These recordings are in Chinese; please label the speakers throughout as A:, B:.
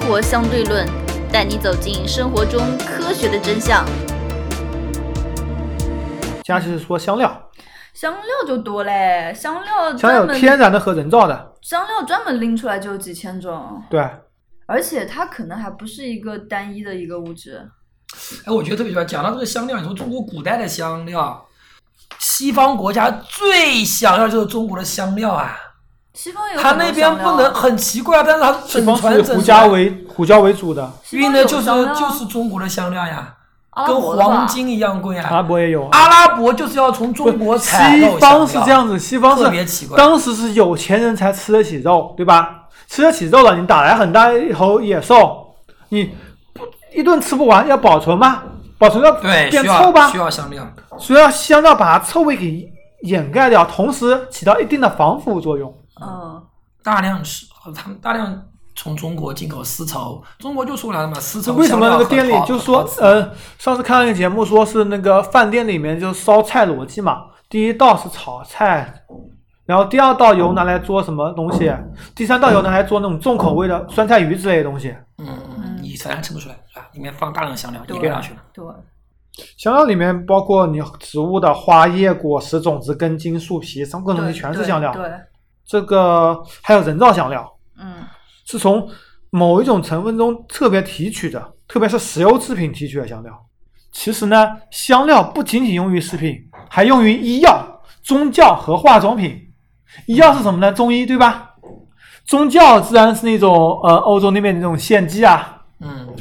A: 活相对论，带你走进生活中科学的真相。
B: 佳琪是说香料，
C: 香料就多嘞，香料
B: 香料
C: 专
B: 有
C: 门
B: 天然的和人造的，
C: 香料专门拎出来就有几千种，
B: 对，
C: 而且它可能还不是一个单一的一个物质。
D: 哎，我觉得特别喜欢。讲到这个香料，你说中国古代的香料，西方国家最想要就是中国的香料啊。
C: 西方有
D: 他
C: 很多
D: 那边
C: 香料啊
D: 不能，很奇怪，啊但是他
B: 西
D: 整
B: 方
D: 船
B: 是以
D: 整
B: 胡椒
D: 船
B: 为胡椒为主的，
C: 西
D: 运
C: 方
D: 的
C: 有
D: 就是
C: 香料啊
D: 就是中国的香料呀，
C: 阿拉
D: 跟
C: 伯的吧
D: 黄金一样贵
B: 阿拉
D: 啊。
B: 伯也有啊。
D: 阿拉伯就是要从中国采
B: 西
D: 购
B: 方是
D: 香
B: 这
D: 料，
B: 样子，西方
D: 特别
B: 是
D: 奇怪。
B: 当时是有钱人才吃得起肉，对吧？吃得起肉了，你打来很大一头野兽，你不一顿吃不完，要保存吗？保存要
D: 对，
B: 变
D: 需
B: 臭吧
D: 要需，要香料。
B: 所以要香料把它臭味给掩盖掉，同时起到一定的防腐作用。
C: 嗯，
D: 大量是他们大量从中国进口丝绸，中国就出来了嘛，丝绸。
B: 为什么那个店里
D: 香料
B: 就
D: 很
B: 是说
D: 好吃，
B: 呃，上次看了一个节目，说是那个饭店里面就是烧菜逻辑嘛，第一道是炒菜，然后第二道油拿来做什么东西，第三道油拿来做那种重口味的酸菜鱼之类的东西。
D: 嗯，嗯你反正吃不出来是吧？里面放大量的香料，
C: 对
D: 你给上去了。
C: 对，
B: 香料里面包括你植物的花叶、果实、种子、根茎、树皮，什么各种东
C: 对
B: 西全是香料
C: 对。对，
B: 这个还有人造香料，
C: 嗯，
B: 是从某一种成分中特别提取的，特别是石油制品提取的香料。其实呢，香料不仅仅用于食品，还用于医药、宗教和化妆品。医药是什么呢？中医对吧？宗教自然是那种呃欧洲那边的那种献祭啊。
D: 嗯，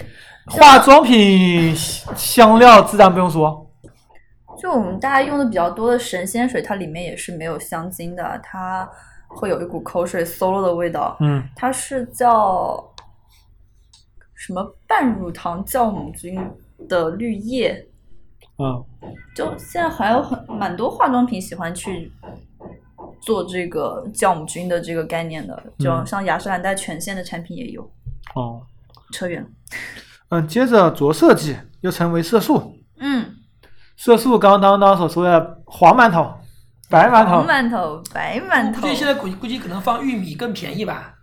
B: 化妆品香料自然不用说，
C: 就我们大家用的比较多的神仙水，它里面也是没有香精的，它会有一股口水 solo 的味道。
B: 嗯，
C: 它是叫什么半乳糖酵母菌的绿叶，
B: 嗯，
C: 就现在还有很蛮多化妆品喜欢去做这个酵母菌的这个概念的，就
B: 嗯
C: 像雅诗兰黛全线的产品也有。
B: 哦，
C: 扯远了，
B: 嗯，接着着色剂又称为色素，
C: 嗯，
B: 色素刚刚当当所说的黄馒头、白馒头
C: 红、馒头、白馒头
D: 估，计现在估计估计可能放玉米更便宜吧。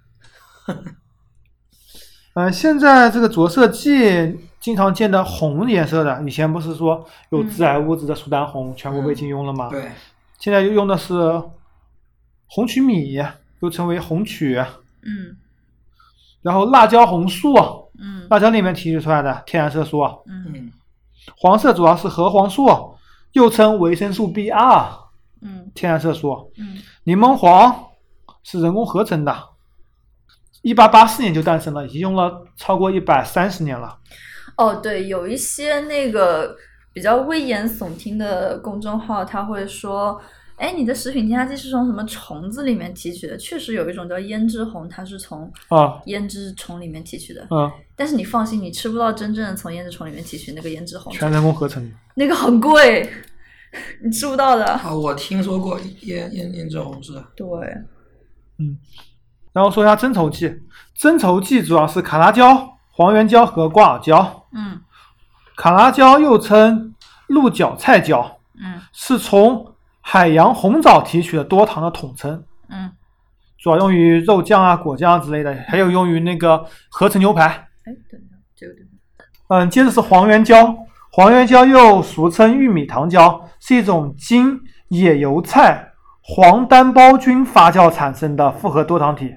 B: 呃，现在这个着色剂经常见的红颜色的，以前不是说有致癌物质的苏丹红全国被禁用了吗？
D: 对，
B: 现在又用的是红曲米，又称为红曲，
C: 嗯
B: 然后辣椒红素，
C: 嗯
B: 辣椒里面提取出来的天然色素，
C: 嗯
D: 嗯，
B: 黄色主要是核黄素，又称维生素 BR
C: 嗯
B: 天然色素，
C: 嗯，
B: 柠檬黄是人工合成的，一八八四年就诞生了，已经用了超过一百三十年了。
C: 哦，对，有一些那个比较危言耸听的公众号，他会说。哎，你的食品添加剂是从什么虫子里面提取的？确实有一种叫胭脂红，它是从
B: 啊，
C: 胭脂虫里面提取的。
B: 嗯，
C: 但是你放心，你吃不到真正从胭脂虫里面提取那个胭脂红，
B: 全人工合成的。
C: 那个很贵，你吃不到的。
D: 啊，我听说过胭胭胭脂红是，
C: 对，
B: 哎然后说一下增稠剂，增稠剂主要是卡拉胶、黄原胶和瓜尔胶。
C: 嗯
B: 卡拉胶又称鹿角菜胶，
C: 嗯
B: 是从海洋红藻提取的多糖的统称，
C: 嗯，
B: 主要用于肉酱啊、果酱啊之类的，还有用于那个合成牛排。
C: 哎，等一下，这个地方，
B: 嗯，接着是黄原胶，黄原胶又俗称玉米糖胶，是一种经野油菜黄单胞菌发酵产生的复合多糖体。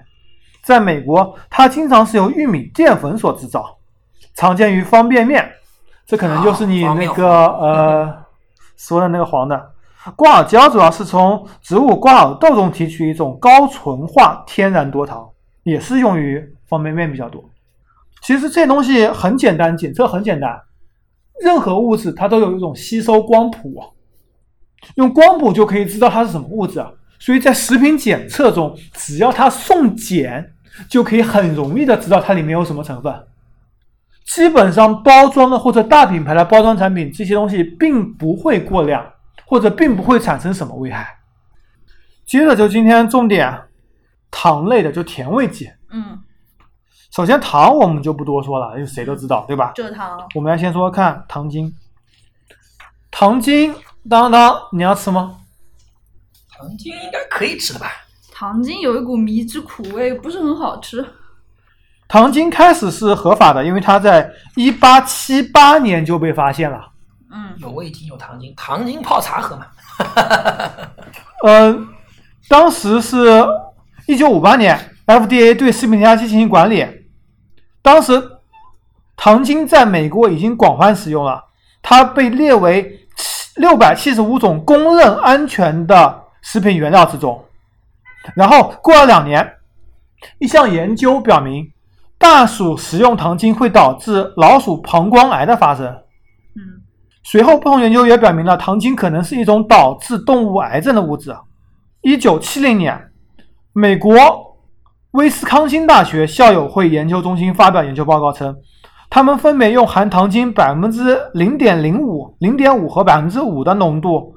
B: 在美国，它经常是由玉米淀粉所制造，常见于方便面。这可能就是你
D: 啊方
B: 那
D: 便
B: 个、呃说的那个黄的。瓜尔胶主要是从植物瓜尔豆中提取一种高纯化天然多糖，也是用于方便面比较多。其实这东西很简单，检测很简单，任何物质它都有一种吸收光谱，啊用光谱就可以知道它是什么物质啊。所以在食品检测中，只要它送检，就可以很容易的知道它里面有什么成分。基本上包装的或者大品牌的包装产品，这些东西并不会过量，或者并不会产生什么危害。接着就今天重点，糖类的就甜味剂。
C: 嗯，
B: 首先糖我们就不多说了，因为谁都知道，对吧？
C: 蔗糖
B: 我们来先说说看糖精。糖精，当当当，你要吃吗？
D: 糖精应该可以吃的吧？
C: 糖精有一股迷之苦味，不是很好吃。
B: 糖精开始是合法的，因为它在一八七八年就被发现了。
C: 嗯，
D: 有味精，有糖精，糖精泡茶喝嘛。
B: 呃，当时是一九五八年，FDA 对食品添加剂进行管理。当时糖精在美国已经广泛使用了，它被列为六百七十五种公认安全的食品原料之中。然后过了两年，一项研究表明，大鼠食用糖精会导致老鼠膀胱癌的发生。
C: 嗯，
B: 随后，不同研究也表明了糖精可能是一种导致动物癌症的物质。啊一九七零年，美国威斯康星大学校友会研究中心发表研究报告称，他们分别用含糖精百分之零点零五、零点五和百分之五的浓度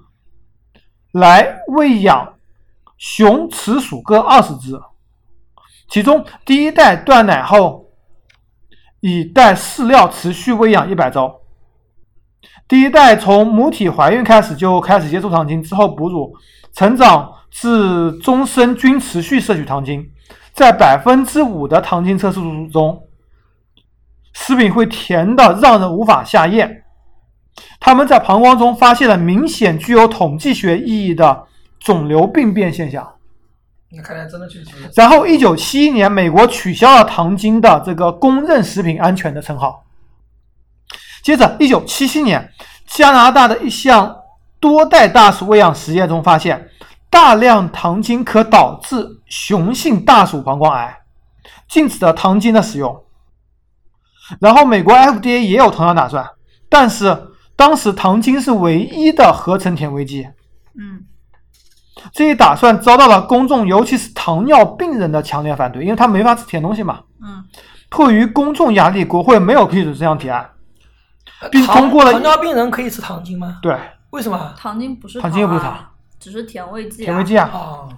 B: 来喂养雄雌鼠各二十只，其中第一代断奶后，以带饲料持续喂养一百周。第一代从母体怀孕开始就开始接触糖精，之后哺乳，成长至终身均持续摄取糖精。在百分之五的糖精测试中，食品会甜的让人无法下咽。他们在膀胱中发现了明显具有统计学意义的肿瘤病变现象。
D: 那看来真的去去
B: 然后，一九七一年，美国取消了糖精的这个公认食品安全的称号。接着，一九七七年，加拿大的一项多代大鼠喂养实验中发现，大量糖精可导致雄性大鼠膀胱癌，禁止了糖精的使用。然后，美国 FDA 也有同样打算，但是当时糖精是唯一的合成甜味剂，
C: 嗯，
B: 这一打算遭到了公众，尤其是糖尿病人的强烈反对，因为他没法吃甜东西嘛。
C: 嗯，
B: 迫于公众压力，国会没有批准这项提案。并
D: 糖
B: 通过了
D: 糖尿病人可以吃糖精吗？
B: 对，
D: 为什么？
C: 糖精不是
B: 糖精又不是
C: 啊
B: 糖，
C: 只是甜味剂、啊。
B: 甜味剂啊。
D: 哦，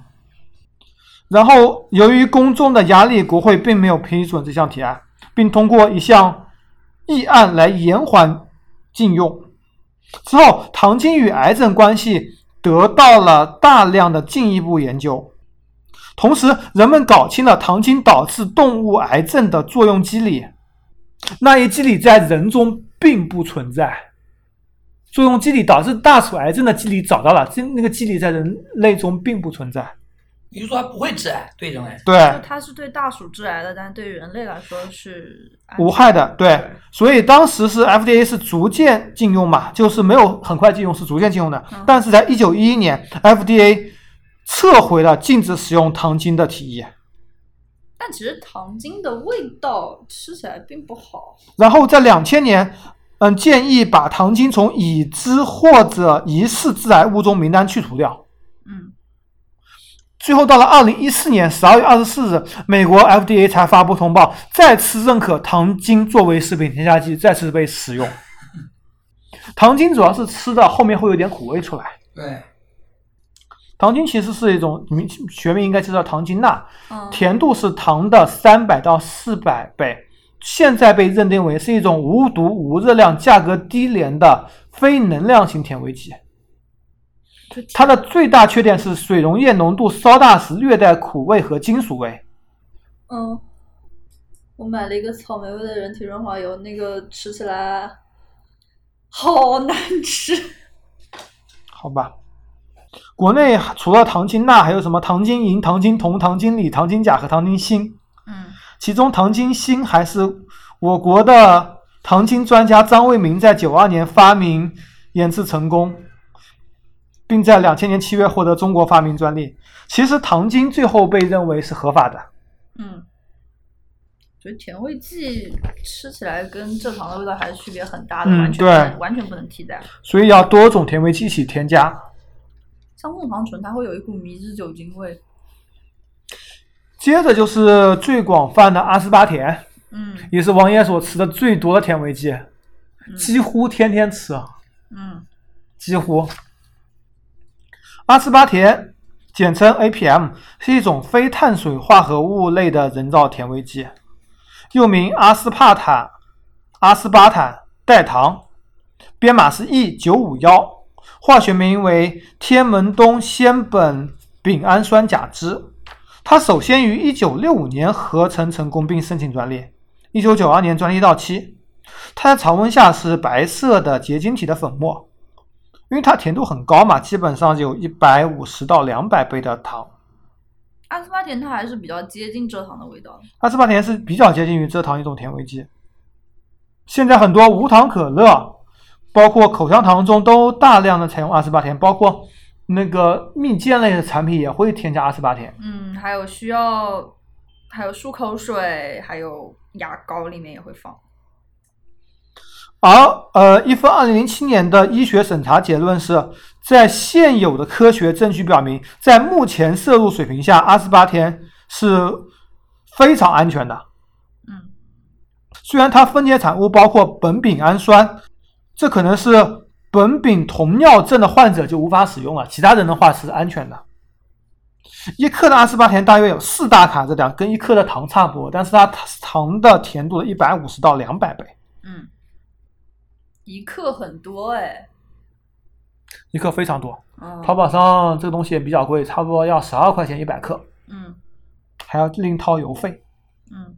B: 然后，由于公众的压力，国会并没有批准这项提案，并通过一项议案来延缓禁用。之后，糖精与癌症关系得到了大量的进一步研究。同时，人们搞清了糖精导致动物癌症的作用机理，那一机理在人中并不存在。作用机理导致大鼠癌症的机理找到了，这那个机理在人类中并不存在。
D: 你是说它不会致癌？对人癌？
B: 对，
C: 就它是对大鼠致癌的，但对人类来说是安全
B: 无害的，对，所以当时是 FDA 是逐渐禁用嘛，就是没有很快禁用，是逐渐禁用的
C: 嗯。
B: 但是在一九一一年，FDA 撤回了禁止使用糖精的提议。
C: 但其实糖精的味道吃起来并不好。
B: 然后在两千年，嗯，建议把糖精从已知或者疑似致癌物中名单去除掉。
C: 嗯
B: 最后到了二零一四年十二月二十四日，美国 FDA 才发布通报，再次认可糖精作为食品添加剂再次被使用。 糖精主要是吃的，后面会有点苦味出来。
D: 对，
B: 糖精其实是一种名学名应该就叫糖精钠，
C: 嗯，
B: 甜度是糖的三百到四百倍，现在被认定为是一种无毒、无热量、价格低廉的非能量型甜味剂。
C: 就
B: 它的最大缺点是水溶液浓度稍大时略带苦味和金属味。
C: 嗯，我买了一个草莓味的人体润滑油，那个吃起来好难吃。
B: 好吧，国内除了糖精钠，还有什么糖精银、糖精铜、糖精锂、糖精钾和糖精锌。
C: 嗯
B: 其中糖精锌还是我国的糖精专家张卫民在九二年发明研制成功，并在两千年七月获得中国发明专利。其实糖精最后被认为是合法的，
C: 嗯，觉得甜味剂吃起来跟正常的味道还是区别很大的，
B: 嗯
C: 完全不
B: 对
C: 能完全不能替代。
B: 所以要多种甜味剂一起添加。
C: 像木糖醇，它会有一股迷之酒精味。
B: 接着就是最广泛的阿斯巴甜，
C: 嗯
B: 也是王爷所吃的最多的甜味剂，
C: 嗯
B: 几乎天天吃啊。
C: 嗯
B: 几乎。阿斯巴甜，简称 APM，是一种非碳水化合物类的人造甜味剂，又名阿斯帕坦、阿斯巴坦、代糖，编码是 E 九五幺，化学名为天门冬酰苯丙氨酸甲酯。它首先于一九六五年合成成功并申请专利，一九九二年专利到期。它在常温下是白色的结晶体的粉末，因为它甜度很高嘛，基本上有一百五十到两百倍的糖。
C: 阿斯巴甜它还是比较接近蔗糖的味道的。
B: 阿斯巴甜是比较接近于蔗糖一种甜味剂。现在很多无糖可乐，包括口香糖中都大量的采用阿斯巴甜，包括那个蜜饯类的产品也会添加阿斯巴甜。
C: 嗯，还有需要，还有漱口水，还有牙膏里面也会放。
B: 而呃，一份2007年的医学审查结论是在现有的科学证据表明，在目前摄入水平下，阿斯巴甜是非常安全的。
C: 嗯，
B: 虽然它分解产物包括苯丙氨酸，这可能是苯丙酮尿症的患者就无法使用了，其他人的话是安全的。一克的阿斯巴甜大约有四大卡这量，跟一克的糖差不多，但是它糖的甜度的一百五十到两百倍。
C: 嗯，一克很多哎。
B: 一克非常多，
C: 嗯，
B: 淘宝上这个东西也比较贵，差不多要十二块钱一百克，
C: 嗯
B: 还要另掏邮费。
C: 嗯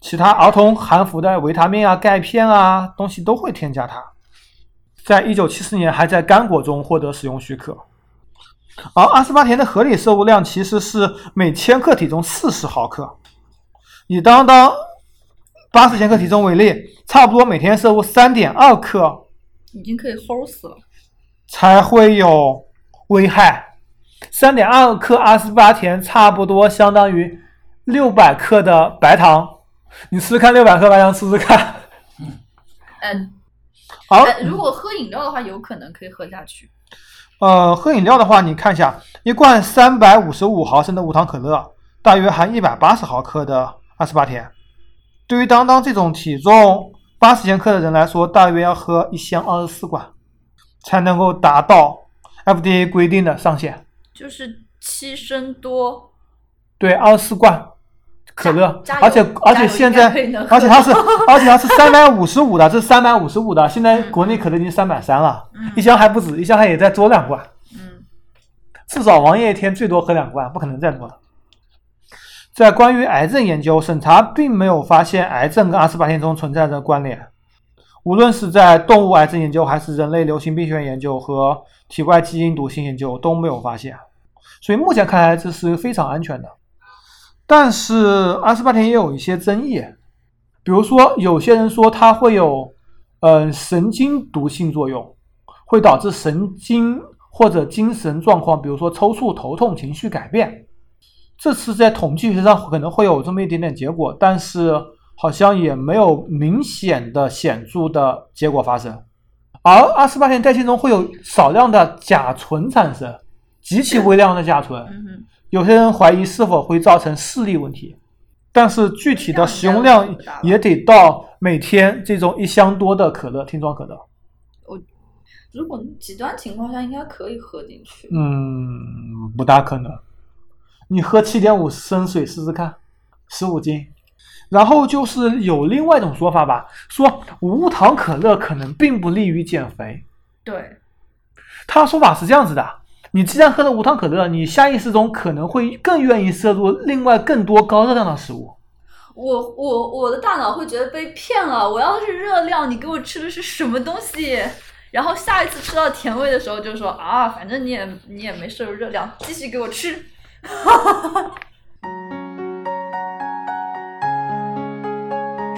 B: 其他儿童含服的维他命啊、钙片啊东西都会添加它。在一九七四年，还在干果中获得使用许可。而阿斯巴甜的合理摄入量其实是每千克体重四十毫克。以当当八十千克体重为例，差不多每天摄入三点二克
C: 已经可以齁死了。
B: 才会有危害。三点二克阿斯巴甜差不多相当于六百克的白糖，你试试看六百克白糖试试看。
C: 嗯，
B: 好，
C: 哎，如果喝饮料的话，有可能可以喝下去。
B: 呃，喝饮料的话，你看一下，一罐三百五十五毫升的无糖可乐，大约含一百八十毫克的阿斯巴甜。对于当当这种体重八十千克的人来说，大约要喝一箱二十四罐，才能够达到 FDA 规定的上限。
C: 就是七升多，
B: 对，二十四罐可乐，
C: 加
B: 而且
C: 加油
B: 而且现在
C: 加油应该会能，喝
B: 而且它 是，而且它是三百五十五的，这是三百五十五的，现在国内可乐已经三百三了，
C: 嗯
B: 一箱还不止，一箱还也再多两罐，
C: 嗯
B: 至少王爷一天最多喝两罐，不可能再多了。在关于癌症研究审查，并没有发现癌症跟阿斯巴甜中存在着关联。无论是在动物癌症研究，还是人类流行病学研究和体外基因毒性研究，都没有发现。所以目前看来，这是非常安全的。但是阿斯巴甜也有一些争议，比如说有些人说它会有，呃，神经毒性作用，会导致神经或者精神状况，比如说抽搐、头痛、情绪改变。这次在统计学上可能会有这么一点点结果，但是好像也没有明显的显著的结果发生。而阿斯巴甜代谢中会有少量的甲醇产生，极其微量的甲醇。
C: 嗯哼，
B: 有些人怀疑是否会造成视力问题，但是具体的使用
C: 这
B: 量
C: 样应该不大吧
B: 也得到每天这种一箱多的可乐，听装可乐。
C: 如果极端情况下应该可以喝进去。
B: 嗯，不大可能。你喝七点五升水试试看，十五斤。然后就是有另外一种说法吧，说无糖可乐可能并不利于减肥。
C: 对，
B: 他的说法是这样子的：你既然喝了无糖可乐，你下意识中可能会更愿意摄入另外更多高热量的食物。
C: 我我我的大脑会觉得被骗了。我要的是热量，你给我吃的是什么东西？然后下一次吃到甜味的时候，就说啊，反正你也你也没摄入热量，继续给我吃。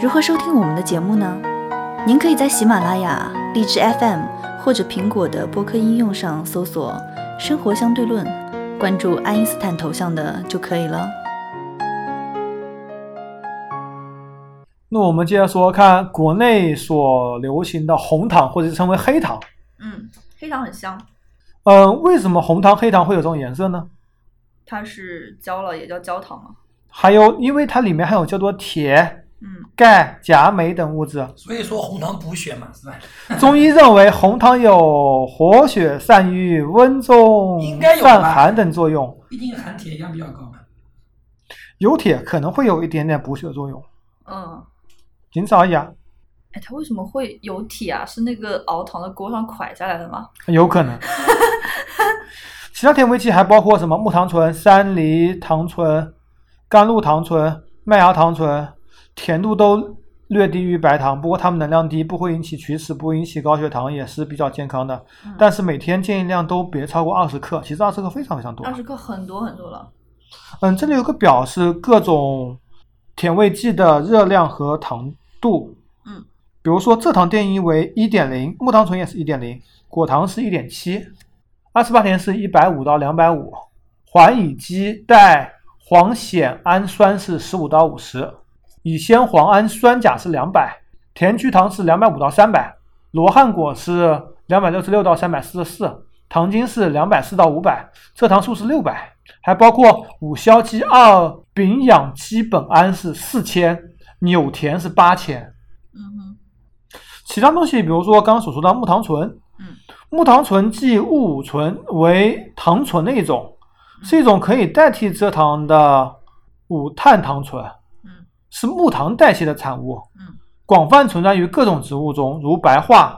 A: 如何收听我们的节目呢？您可以在喜马拉雅、荔枝 FM 或者苹果的播客应用上搜索“生活相对论”，关注爱因斯坦头像的就可以了。
B: 那我们接着说，看国内所流行的红糖，或者是称为黑糖。
C: 嗯，非常很香，
B: 嗯、为什么红糖、黑糖会有这种颜色呢？
C: 它是焦了，也叫焦糖嘛。
B: 还有，因为它里面含有较多铁、
C: 嗯，
B: 钙、钾、镁等物质。
D: 所以说红糖补血嘛，是吧？
B: 中医认为红糖有活血散瘀、温中
D: 应该有吧
B: 散寒等作用，
D: 毕竟含铁量比较高嘛。
B: 有铁可能会有一点点补血作用，
C: 嗯，
B: 仅此而已啊，
C: 哎，它为什么会有铁啊？是那个熬糖的锅上蒯下来的吗？
B: 有可能。 其他甜味剂还包括什么木糖醇、山梨糖醇、甘露糖醇、麦芽糖醇，甜度都略低于白糖，不过它们能量低，不会引起龋齿，不会引起高血糖，也是比较健康的。但是每天建议量都别超过二十克，其实二十克非常非常多
C: 二。十克很多很多了。
B: 嗯，这里有个表是各种甜味剂的热量和糖度。
C: 嗯，
B: 比如说蔗糖电醚为一点零，木糖醇也是一点零，果糖是一点七，阿斯巴甜是一百五到两百五，环乙基带黄酰氨酸是十五到五十，乙酰磺胺酸钾是两百，甜菊糖是两百五到三百，罗汉果是两百六十六到三百四十四，糖精是两百四到五百，蔗糖素是六百，还包括五硝基二丙氧基苯胺是四千，纽甜是八千。
C: 嗯哼，
B: 其他东西，比如说刚刚所说的木糖醇，
C: 嗯，
B: 木糖醇即戊午醇为糖醇的一种，
C: 嗯
B: 是一种可以代替蔗糖的五碳糖醇，
C: 嗯，
B: 是木糖代谢的产物，
C: 嗯，
B: 广泛存在于各种植物中，如白桦、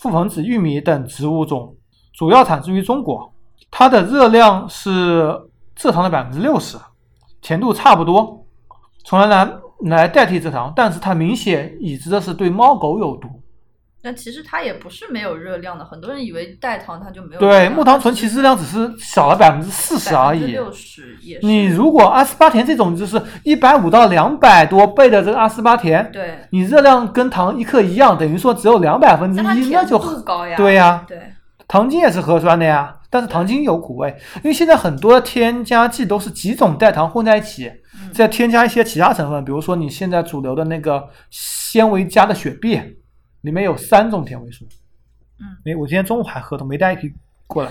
B: 覆盆子、玉米等植物中，主要产自于中国。它的热量是蔗糖的百分之六十，甜度差不多，从来来来代替蔗糖，但是它明显已知的是对猫狗有毒。
C: 但其实它也不是没有热量的，很多人以为代糖它就没有热
B: 对，
C: 量。
B: 木糖醇其实热量只是小了百分之四十而已。
C: 六十也是。
B: 你如果阿斯巴甜这种就是一百五到两百多倍的这个阿斯巴甜，
C: 对，
B: 你热量跟糖一克一样，等于说只有两百分之
C: 但它
B: 一，那
C: 甜
B: 就
C: 度
B: 很
C: 高呀。
B: 对呀、
C: 对，
B: 糖精也是核酸的呀，但是糖精有苦味，因为现在很多添加剂都是几种代糖混在一起，
C: 嗯
B: 再添加一些其他成分，比如说你现在主流的那个纤维加的雪碧，里面有三种甜味素。
C: 嗯，
B: 没，我今天中午还喝的，没带一瓶 过来。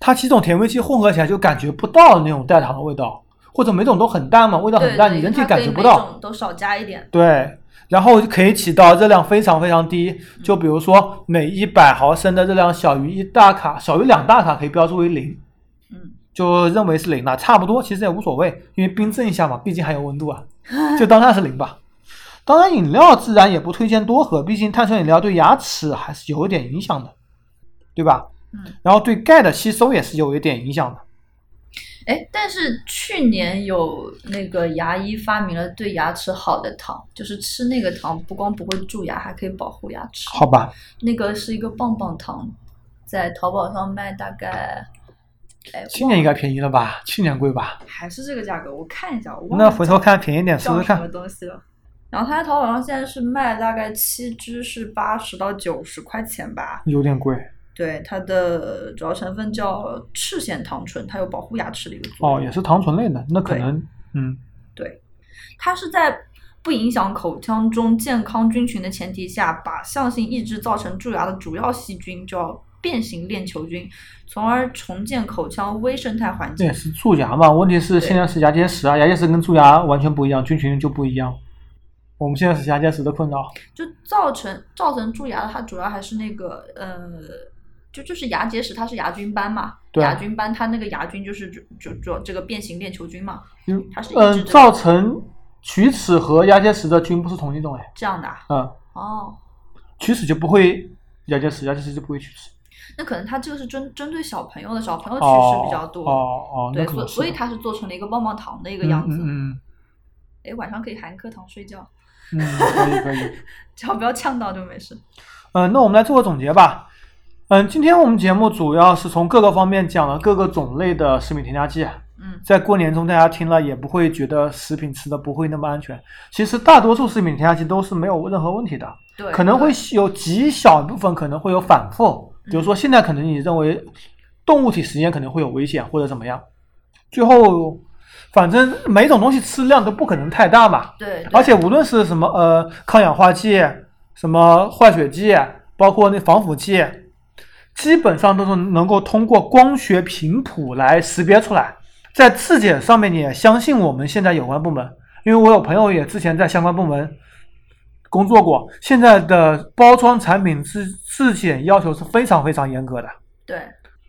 B: 它几种甜味剂混合起来就感觉不到那种代糖的味道，或者每种都很淡嘛，味道
C: 对
B: 很淡，你
C: 对
B: 人体
C: 它
B: 感
C: 可以
B: 觉不
C: 每
B: 到。
C: 种都少加一点。
B: 对，然后可以起到热量非常非常低，就比如说每一百毫升的热量小于一大卡，小于两大卡可以标注为零，
C: 嗯，
B: 就认为是零了，差不多，其实也无所谓，因为冰镇一下嘛，毕竟还有温度啊，就当它是零吧。当然，饮料自然也不推荐多喝，毕竟碳酸饮料对牙齿还是有一点影响的，对吧？
C: 嗯，
B: 然后对钙的吸收也是有一点影响的。
C: 哎，但是去年有那个牙医发明了对牙齿好的糖，就是吃那个糖不光不会蛀牙，还可以保护牙齿。
B: 好吧，
C: 那个是一个棒棒糖，在淘宝上卖大概，哎，
B: 今年应该便宜了吧？去年贵吧？
C: 还是这个价格，我看一下，我忘了
B: 那回头看便宜点试
C: 叫
B: 试
C: 什
B: 看
C: 么。东西了。然后它在淘宝上现在是卖大概七支是八十到九十块钱吧。
B: 有点贵
C: 对，它的主要成分叫赤藓糖醇，它有保护牙齿的一个作
B: 哦，
C: 用。
B: 也是糖醇类的，那可
C: 对
B: 能嗯，
C: 它是在不影响口腔中健康菌群的前提下，把相性抑制造成蛀牙的主要细菌叫变形链球菌，从而重建口腔微生态环
B: 这
C: 境
B: 也。是蛀牙嘛。问题是
C: 对
B: 现在是牙结石啊，牙结石跟蛀牙完全不一样，菌群就不一样。我们现在是牙结石的困扰，
C: 就造成造成蛀牙的，它主要还是那个呃，就就是牙结石，它是牙菌斑嘛，
B: 对
C: 牙菌斑它那个牙菌就是主主主这个变形链球菌嘛，
B: 嗯
C: 它是抑制
B: 嗯，
C: 的
B: 造成龋齿和牙结石的菌不是同一种哎，
C: 这样的、啊、
B: 嗯，
C: 哦。
B: 龋齿就不会牙结石，牙结石就不会龋齿。
C: 那可能它这个是针针对小朋友的，小朋友龋
B: 哦
C: 齿比较多，
B: 哦哦，那
C: 对，
B: 可
C: 所
B: 能
C: 以
B: 是
C: 所以它是做成了一个棒棒糖的一
B: 这
C: 个样子。
B: 嗯嗯
C: 哎，晚上可以含一颗糖睡觉，
B: 嗯嗯，可以可以。
C: 只要不要呛到就没事。
B: 嗯，那我们来做个总结吧。嗯，今天我们节目主要是从各个方面讲了各个种类的食品添加剂。啊
C: 嗯
B: 在过年中大家听了也不会觉得食品吃的不会那么安全。其实大多数食品添加剂都是没有任何问题的，，
C: 对，
B: 可能会
C: 对
B: 有极小一部分可能会有反复，比如说现在可能你认为动物体实验可能会有危险或者怎么样。最后，反正每种东西吃量都不可能太大嘛，
C: 对，对
B: 而且无论是什么呃抗氧化剂、什么坏血剂，包括那防腐剂，基本上都是能够通过光学频谱来识别出来。在质检上面，你也相信我们现在有关部门，因为我有朋友也之前在相关部门工作过。现在的包装产品质质检要求是非常非常严格的。
C: 对，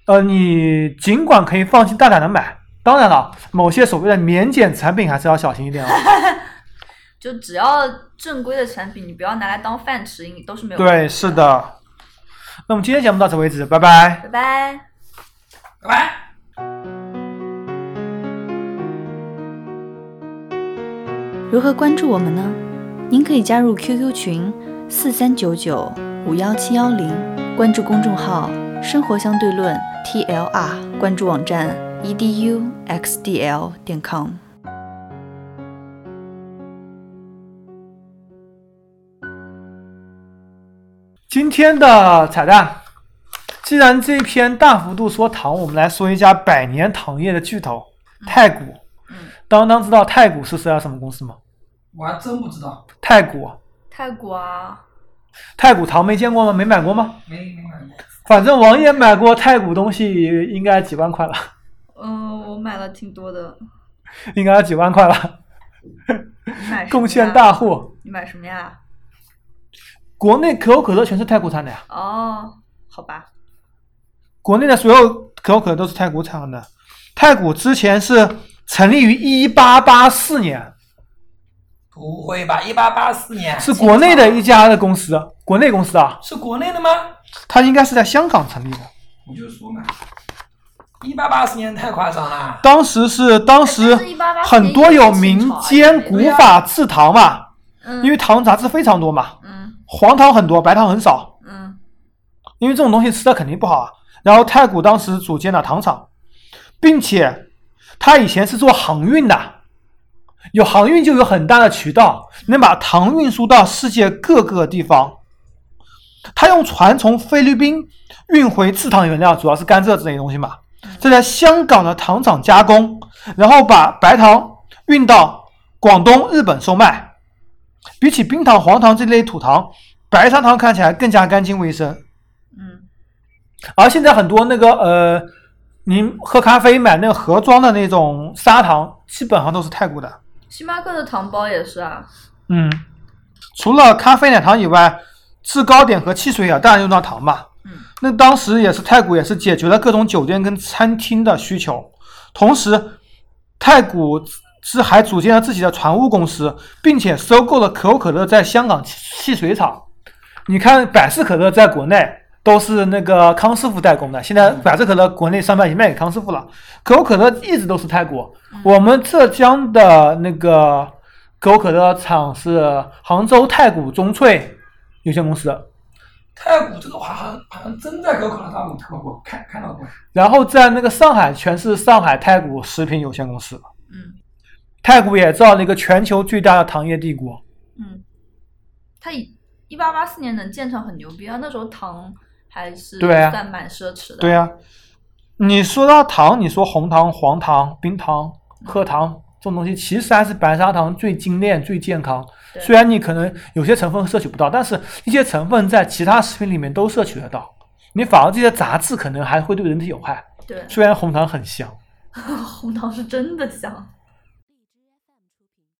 B: 呃，你尽管可以放心大胆的买，当然了，某些所谓的免检产品还是要小心一点哦。
C: 就只要正规的产品，你不要拿来当饭吃，你都是没有问
B: 对，
C: 题
B: 是的。那我们今天节目到此为止，拜拜。
C: 拜拜。
D: 拜拜。
A: 如何关注我们呢？您可以加入 QQ 群四三九九五幺七幺零，关注公众号“生活相对论 ”TLR，关注网站 E eduxdl 点 com。
B: 今天的彩蛋，既然这篇大幅度说糖，我们来说一家百年糖业的巨头太古。
C: 嗯
B: 当当知道太古是谁家什么公司吗？
D: 我还真不知道，
B: 太古，
C: 泰国啊，
B: 太古糖没见过吗？没买过吗？
D: 没没买过。
B: 反正王爷买过太古东西，应该几万块了，
C: 嗯、我买了挺多的。
B: 应该几万块了，
C: 你买什么呀
B: 贡献大。户。
C: 你买什么呀？
B: 国内可口可乐全是太古产的呀，
C: 哦，好吧，
B: 国内的所有可口可乐都是太古产的。太古之前是成立于一八八四年，
D: 不会吧？一八八四年
B: 是国内的一家的公司，国内公司啊，
D: 是国内的吗？
B: 它应该是在香港成立的。
D: 我就说嘛，一八八四年太夸张了。
B: 当时是当时
C: 哎但是1884
B: 很多有民
C: 啊
B: 间
C: 哎
B: 古法制糖嘛，
C: 嗯，
B: 因为糖杂质非常多嘛，
C: 嗯
B: 黄糖很多，白糖很少，
C: 嗯
B: 因为这种东西吃的肯定不好啊。然后太古当时组建了糖厂，并且他以前是做航运的，有航运就有很大的渠道，能把糖运输到世界各个地方。他用船从菲律宾运回制糖原料，主要是甘蔗之类的东西嘛，再在香港的糖厂加工，然后把白糖运到广东、日本售卖。比起冰糖、黄糖这类土糖，白砂糖看起来更加干净卫生。
C: 嗯
B: 而现在很多那个呃，您喝咖啡买那个盒装的那种砂糖，基本上都是泰国的。
C: 星巴克的糖包也是啊。
B: 嗯，除了咖啡奶糖以外，制糕点和汽水也当然用到糖嘛。
C: 嗯，
B: 那当时也是太古也是解决了各种酒店跟餐厅的需求，同时太古是还组建了自己的船务公司，并且收购了可口可乐在香港汽汽水厂。你看百事可乐在国内都是那个康师傅代工的，现在百事可乐国内商标已经卖给康师傅了，可口可乐一直都是泰国。我们浙江的那个可口可乐厂是杭州太古中粹有限公司，
D: 太古这个好像好像真在可口可乐上我看到过，看看到过。
B: 然后在那个上海全是上海太古食品有限公司。
C: 嗯
B: 太古也造了一个全球最大的糖业帝国。
C: 嗯，它以一八八四年能建成很牛逼啊，那时候糖还是
B: 对啊
C: 算蛮奢侈的。
B: 对呀、你说到糖，你说红糖、黄糖、冰糖、喝糖这种东西，其实还是白砂糖最精炼、最健康。
C: 对
B: 虽然你可能有些成分摄取不到，但是一些成分在其他食品里面都摄取得到。你反而这些杂质可能还会对人体有害。
C: 对，
B: 虽然红糖很香，
C: 红糖是真的香。